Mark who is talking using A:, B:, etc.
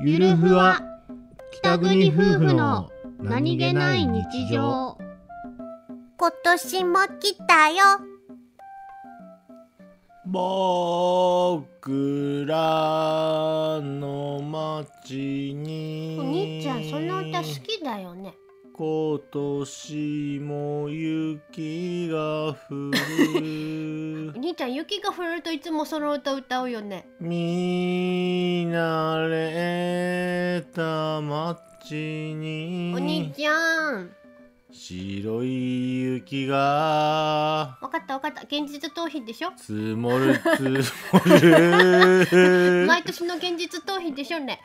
A: ゆるふわ北国夫婦の何気ない日常
B: 今年も来たよ
C: 僕らの町に
B: お兄ちゃんその歌好きだよね
C: 今年も雪が降
B: お
C: る
B: 兄ちゃん雪が降るといつもその歌歌うよね
C: 見慣れた町
B: お兄
C: に
B: ちゃん
C: 白い雪が
B: わかったわかった現実逃避でしょ
C: 積もる積もる
B: 毎年の現実逃避でしょうね